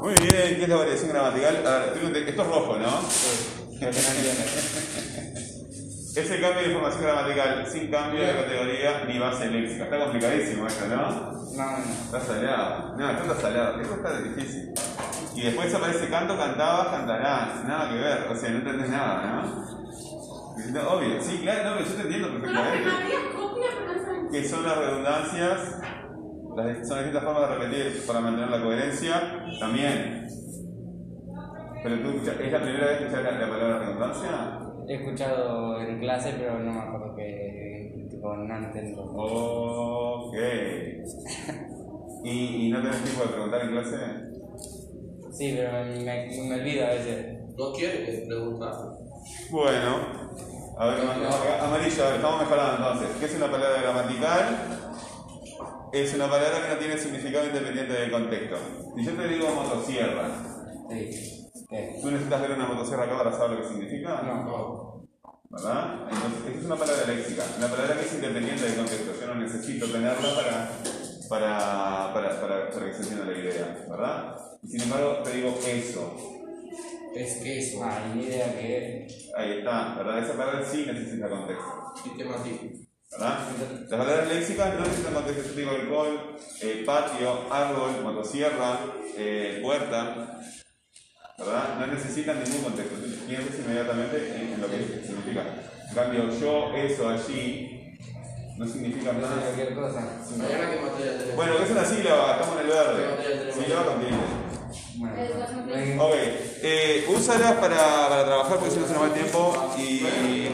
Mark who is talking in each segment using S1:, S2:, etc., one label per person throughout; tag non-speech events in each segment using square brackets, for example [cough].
S1: Muy bien, ¿qué es la variación gramatical? A ver, tuvimos- esto es rojo, ¿no? Es el cambio de información gramatical sin cambio de categoría ni base léxica. Está complicadísimo esto, ¿no?
S2: No, no.
S1: Está salado. No, esto está salado. Esto está difícil. Y después aparece canto, cantabas, cantarás. Nada que ver. O sea, no entendés nada, ¿no? No, Obvio. Sí, claro, no, pero yo te entiendo
S3: Profe, ¿me
S1: perfectamente.
S3: harías copias para hacer?
S1: que son las redundancias, las, son distintas formas de repetir para mantener la coherencia, también. Pero tú, escucha- ¿es la primera vez que escuchas la, la palabra redundancia?
S2: He escuchado en clase, pero no me acuerdo que. Tipo, no entiendo.
S1: Ok. ¿Y, y no tenés tiempo de preguntar en clase?
S2: Sí, pero me, me, me olvido a veces.
S4: ¿No quiere preguntar?
S1: Bueno. A ver, ma- ma- amarillo, a ver, estamos mejorando entonces. ¿Qué es una palabra gramatical? Es una palabra que no tiene significado independiente del contexto. Si yo te digo motosierra,
S2: Sí. ¿Qué?
S1: ¿Tú necesitas ver una motosierra acá para saber lo que significa?
S2: No.
S1: ¿Verdad? Entonces, esta es una palabra léxica, una palabra que es independiente del contexto. Yo no necesito tenerla para, para, para, para, para que se entienda la idea, ¿verdad? Y sin embargo, te digo eso.
S4: Es eso.
S2: Ah, ni idea que es.
S1: Ahí está, ¿verdad? Esa palabra sí necesita contexto,
S4: Sistemático.
S1: ¿verdad? Las palabras léxicas no necesitan contexto. Yo te digo alcohol, eh, patio, árbol, motosierra, eh, puerta, ¿verdad? No necesitan ningún contexto. Tú Piensas inmediatamente en en lo que significa. En cambio, yo, eso, allí, no significa
S2: No sé
S1: nada.
S2: cualquier cosa.
S4: Mañana qué materia tenemos.
S1: Bueno, ¿qué es una sílaba? Estamos en el verde. Sílaba continua.
S2: Bueno.
S3: Educación
S2: venga.
S1: Ok, eh, úsala para, para trabajar porque si no se nos va el tiempo y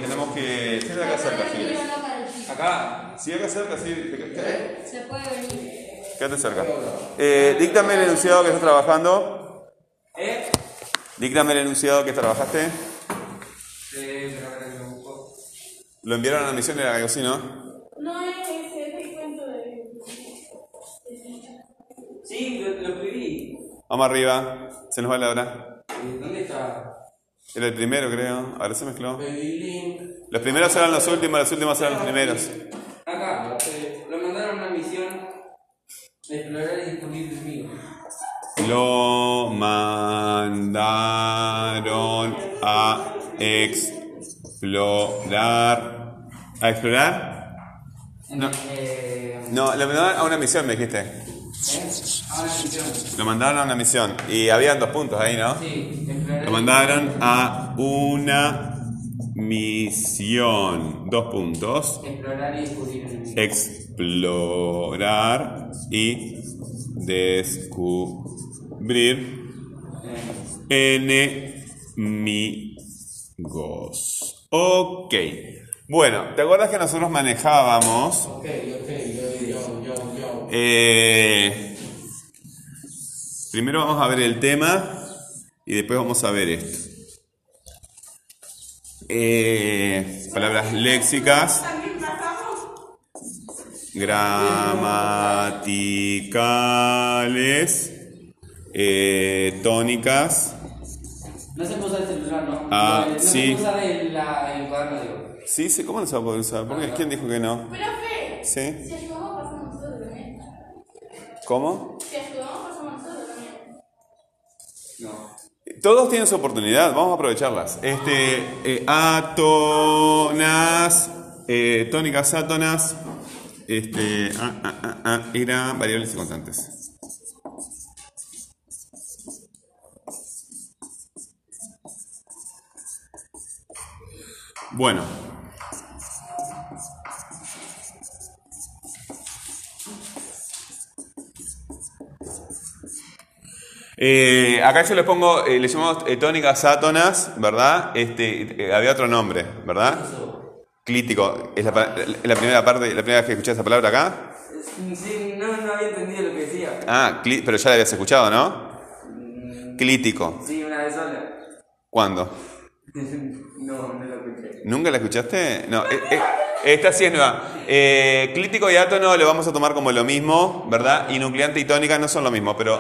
S1: tenemos que. Si acá cerca,
S3: Yo
S1: sí.
S3: no para el chico.
S2: Acá.
S1: Si acá cerca, sí. ¿Eh? te- te- te-
S3: Se puede venir.
S1: Quédate cerca. Eh, díctame el enunciado que estás trabajando.
S2: ¿Eh?
S1: Díctame el enunciado que trabajaste.
S2: Sí, pero ahora lo busco.
S1: Lo enviaron a la misión de la cocina.
S3: No es ese, es el cuento de.
S2: Sí, lo, lo escribí.
S1: Vamos arriba. Se nos va la hora.
S2: Eh, ¿Dónde está?
S1: Era el primero, creo. Ahora se mezcló.
S4: Baby Link.
S1: Los primeros eran los últimos, los últimos eran los primeros.
S2: Acá. eh, lo mandaron a una misión de explorar el disponible mío.
S1: Lo mandaron a explorar. ¿A explorar? No.
S2: Eh,
S1: No, lo mandaron a una misión, me dijiste.
S2: ¿eh? A una misión.
S1: Lo mandaron a una misión. Y habían dos puntos ahí, ¿no?
S2: Sí, explorar.
S1: Lo mandaron a una misión. Dos puntos.
S2: Explorar y descubrir el mundo.
S1: Explorar y descubrir.
S2: Eh,
S1: Enemigos. Ok. Bueno, ¿te acuerdas que nosotros manejábamos?
S4: Ok, ok, yo, yo, yo, yo.
S1: eh, primero vamos a ver el tema y después vamos a ver esto. Eh, palabras léxicas.
S3: También pasamos.
S1: Gramaticales. eh, tónicas.
S2: No se puso el celular, ¿no?
S1: Ah,
S2: no,
S1: sí.
S2: No se puso el, la, el cuaderno, digo.
S1: Sí, sí, ¿cómo no se va a poder usar? ¿Por qué? ¿Quién dijo que no?
S3: Profe,
S1: ¿Sí?
S3: si ayudamos, pasamos nosotros también.
S1: ¿Cómo?
S3: Si ayudamos, pasamos nosotros también.
S2: No.
S1: Todos tienen su oportunidad, vamos a aprovecharlas. Este, eh, átonas, eh, tónicas átonas, este, ah, ah, ah, ah, era variables y constantes. Bueno, Eh, acá yo les pongo, eh, le llamamos eh, tónicas átonas, ¿verdad? Este, eh, había otro nombre, ¿verdad?
S2: Eso.
S1: Clítico, es la, pa- la- la primera parte, la primera vez que escuché esa palabra acá.
S2: Es- Sí, no, no había entendido lo que decía.
S1: Ah, cli- pero ya la habías escuchado, ¿no?
S2: Mm,
S1: Clítico.
S2: Sí, una vez sola. [laughs]
S1: ¿Cuándo?
S2: No, no lo escuché.
S1: ¿Nunca la escuchaste? No, eh, eh, esta sí es nueva. Eh, clítico y átono lo vamos a tomar como lo mismo, ¿verdad? Y nucleante y tónica no son lo mismo, pero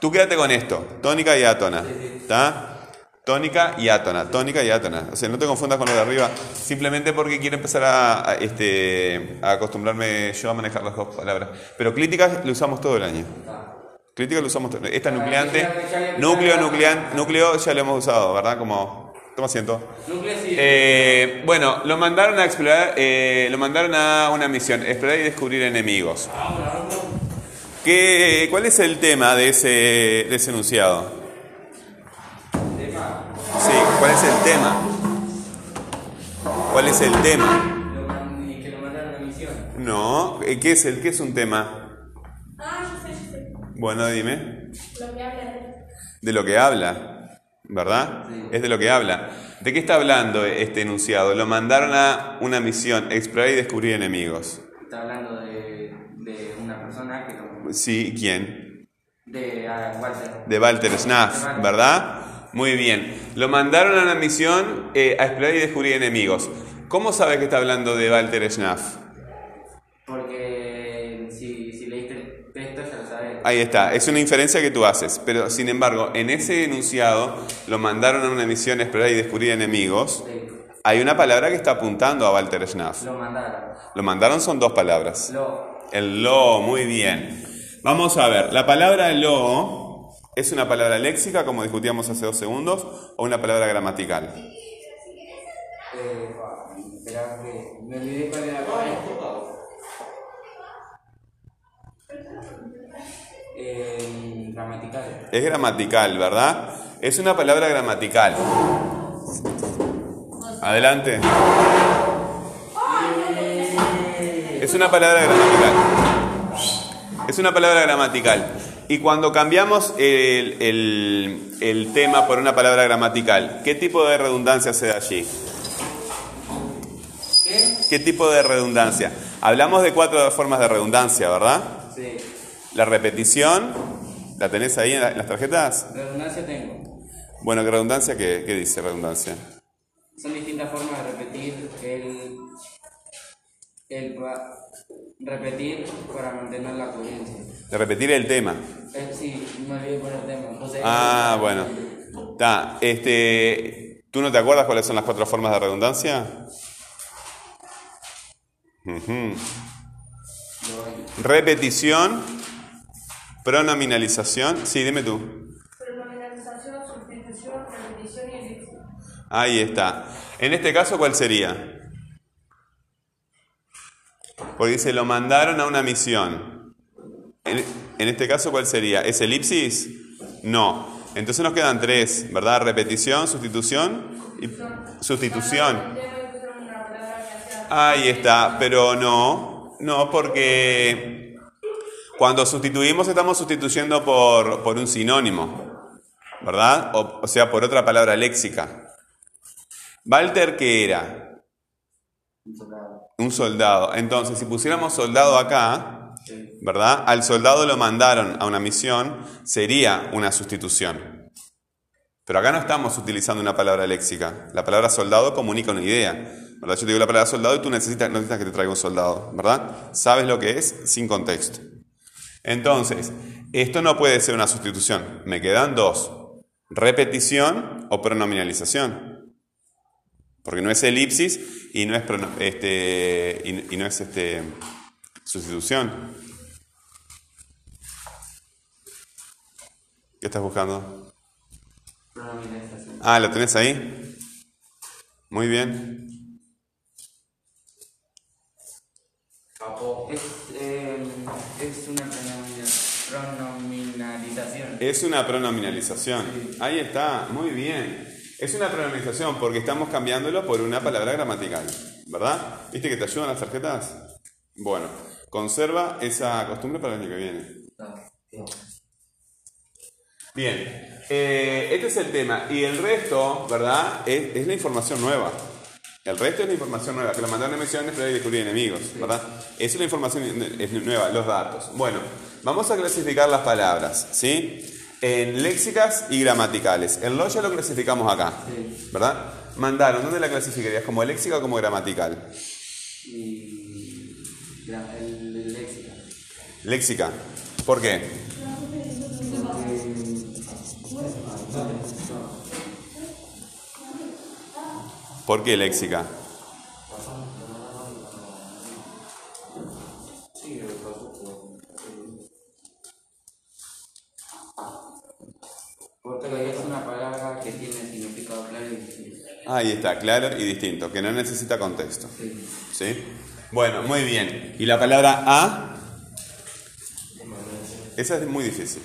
S1: tú quédate con esto, tónica y átona, ¿está? Tónica y átona, tónica y átona. O sea, no te confundas con lo de arriba, simplemente porque quiero empezar a, a, este, a acostumbrarme yo a manejar las dos palabras. Pero clíticas lo usamos todo el año.
S2: Ah,
S1: Crítico lo usamos. todo. Esta es
S2: Ah,
S1: nucleante.
S2: ya- ya había-
S1: Núcleo, nucleante. Núcleo ya lo hemos usado, ¿verdad? Como. Toma asiento.
S2: Núcleo sí.
S1: Eh, bueno, lo mandaron a explorar, eh, lo mandaron a una misión, explorar y descubrir enemigos. ¿Qué, ¿Cuál es el tema de ese, de ese enunciado? Sí, ¿cuál es el tema? ¿Cuál es el tema?
S2: Lo man- y que lo mandaron a la misión.
S1: No, eh, ¿qué es el qué es un tema?
S3: Ah, yo sé, yo sé.
S1: Bueno, dime.
S3: Lo que habla de.
S1: De lo que habla, ¿verdad? Es de lo que habla. ¿De qué está hablando este enunciado? Lo mandaron a una misión, explorar y descubrir enemigos.
S2: Está hablando de, de una persona que lo.
S1: Sí, ¿quién?
S2: de a Walter.
S1: De Walter Schnaff, ¿verdad? Muy bien. Lo mandaron a una misión eh, a explorar y descubrir enemigos. ¿Cómo sabes que está hablando de Walter Schnaff?
S2: Porque si, si leíste el texto ya lo sabes.
S1: Ahí está, es una inferencia que tú haces, pero sin embargo, en ese enunciado, lo mandaron a una misión a explorar y descubrir enemigos,
S2: De-
S1: hay una palabra que está apuntando a Walter Schnaff.
S2: lo mandaron.
S1: Lo mandaron son dos palabras.
S2: Lo.
S1: El lo, muy bien. Vamos a ver, la palabra lo es una palabra léxica, como discutíamos hace dos segundos, o una palabra gramatical.
S2: Eh, esperá que. Me olvidé cuál era la palabra. Eh, gramatical.
S1: Es gramatical, ¿verdad? Es una palabra gramatical. Adelante. Es una palabra gramatical. Es una palabra gramatical. Y cuando cambiamos el, el- el tema por una palabra gramatical, ¿qué tipo de redundancia se da allí?
S2: ¿Qué?
S1: ¿Qué tipo de redundancia? Hablamos de cuatro formas de redundancia, ¿verdad?
S2: Sí.
S1: La repetición, ¿la tenés ahí en, la- en las tarjetas?
S2: Redundancia tengo.
S1: Bueno, ¿qué redundancia qué, qué dice redundancia?
S2: Son distintas formas de repetir el. el pa- repetir para mantener la coherencia.
S1: De repetir el tema.
S2: Eh, sí, me olvidé poner tema. José.
S1: Ah, bueno. Ta, este, ¿Tú no te acuerdas cuáles son las cuatro formas de redundancia? Ujú. Repetición, pronominalización. Sí, dime tú.
S3: Pronominalización, sustitución, repetición y elipsis.
S1: Ahí está. En este caso, ¿cuál sería? Porque dice, lo mandaron a una misión. En, en este caso, ¿cuál sería? ¿Es elipsis? No. Entonces nos quedan tres, ¿verdad? Repetición, sustitución y sustitución.
S3: Luego pusieron una palabra que hacía.
S1: Ahí está, pero no, no, porque cuando sustituimos estamos sustituyendo por, por un sinónimo, ¿verdad? O, o sea, por otra palabra léxica. Walter, ¿qué era? Un soldado. Entonces, si pusiéramos soldado acá, ¿verdad? Al soldado lo mandaron a una misión, sería una sustitución. Pero acá no estamos utilizando una palabra léxica. La palabra soldado comunica una idea. ¿verdad? Yo te digo la palabra soldado y tú necesitas, no necesitas que te traiga un soldado, ¿verdad? Sabes lo que es sin contexto. Entonces, esto no puede ser una sustitución. Me quedan dos. Repetición o pronominalización. Porque no es elipsis y no es, prono- este, y- y no es este, sustitución. ¿Qué estás buscando?
S2: Pronominalización.
S1: Ah, ¿lo tenés ahí? Muy bien.
S2: Es, eh, es una pronomina- pronominalización.
S1: Es una pronominalización. Ahí está, muy bien. Es una pronominalización porque estamos cambiándolo por una palabra gramatical, ¿verdad? ¿Viste que te ayudan las tarjetas? Bueno, conserva esa costumbre para el año que viene. Bien, eh, este es el tema. Y el resto, ¿verdad? Es, es la información nueva. El resto es la información nueva, que lo mandaron a misiones para descubrir enemigos, ¿verdad? Esa es la información es nueva, los datos. Bueno, vamos a clasificar las palabras, ¿sí? En léxicas y gramaticales. El lo ya lo clasificamos acá,
S2: Sí.
S1: ¿verdad? Mandaron, ¿dónde la clasificarías? ¿Como léxica o como gramatical?
S2: Y la- el, el léxico.
S1: Léxica. ¿Por qué? ¿Por qué léxica?
S2: Porque es una palabra que tiene significado claro y distinto.
S1: Ahí está, claro y distinto, que no necesita contexto.
S2: Sí.
S1: ¿Sí? Bueno, muy bien. ¿Y la palabra a? Esa es muy difícil.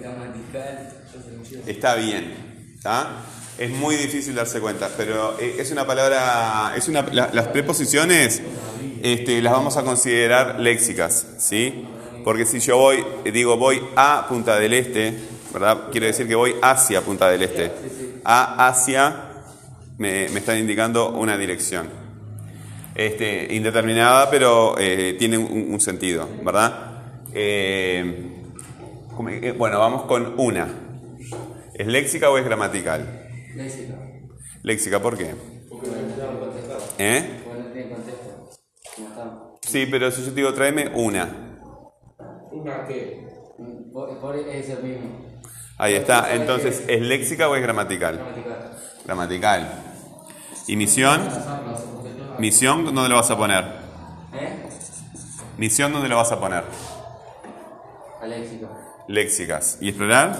S2: Gramatical, presunción.
S1: Está bien. ¿Está? Es muy difícil darse cuenta, pero eh, es una palabra. Es una, la- las preposiciones este, las vamos a considerar léxicas, ¿sí? Porque si yo voy, digo voy a Punta del Este, ¿verdad? Quiere decir que voy hacia Punta del Este. A hacia me, me están indicando una dirección. Este, indeterminada, pero eh, tiene un, un sentido, ¿verdad? Eh, como- eh, bueno, vamos con una. ¿Es léxica o es gramatical?
S2: Léxica.
S1: Léxica, ¿por qué?
S4: Porque me empezaron a contestar.
S1: ¿Eh?
S2: Bueno, no tiene contexto. Como estamos.
S1: Sí, pero si yo te digo tráeme una.
S4: Una que.
S2: Por, por es el mismo.
S1: Ahí está. Entonces, ¿es léxica o es gramatical?
S2: Gramatical.
S1: Gramatical. ¿Y misión? ¿Misión dónde lo vas a poner?
S2: ¿Eh?
S1: ¿Misión dónde lo vas a poner?
S2: Léxica.
S1: Léxicas. ¿Y explorar?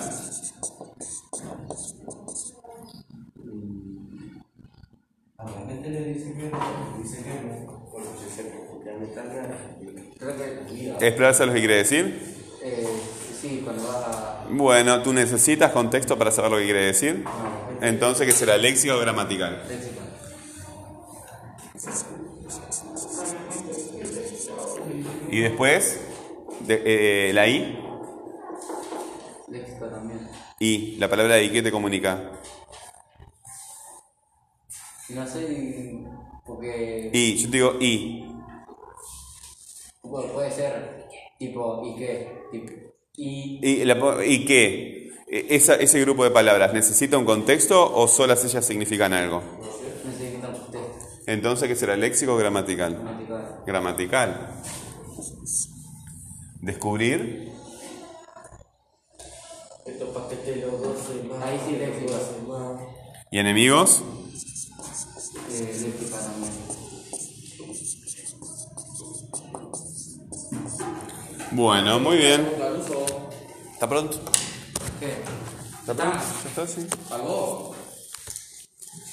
S2: Creo que.
S1: ¿Explorar sabes lo que quiere decir?
S2: Eh, sí, cuando vas a.
S1: Bueno, tú necesitas contexto para saber lo que quiere decir. Entonces, ¿qué será léxica o gramatical?
S2: Léxica.
S1: Y después, de- eh, la I.
S2: Léxica también.
S1: Y la palabra I, ¿qué te comunica?
S2: No sé, porque.
S1: Y, yo te digo I.
S2: Bueno, puede ser tipo y qué. Tipo, y.
S1: ¿Y, la po- y qué? E- esa- ese grupo de palabras, ¿necesita un contexto o solas ellas significan algo?
S2: No sé qué tan contexto.
S1: Entonces, ¿qué será léxico o gramatical?
S2: Gramatical.
S1: Gramatical. Descubrir.
S4: Estos paquetes los dos se más.
S2: Ahí sí, léxico.
S4: se más.
S1: ¿Y enemigos?
S2: Eh, léxica también.
S1: Bueno, muy bien.
S4: Caruso
S1: ¿Está pronto?
S2: ¿Qué?
S1: ¿Está pronto? ¿Ya está? Sí.
S4: pagó.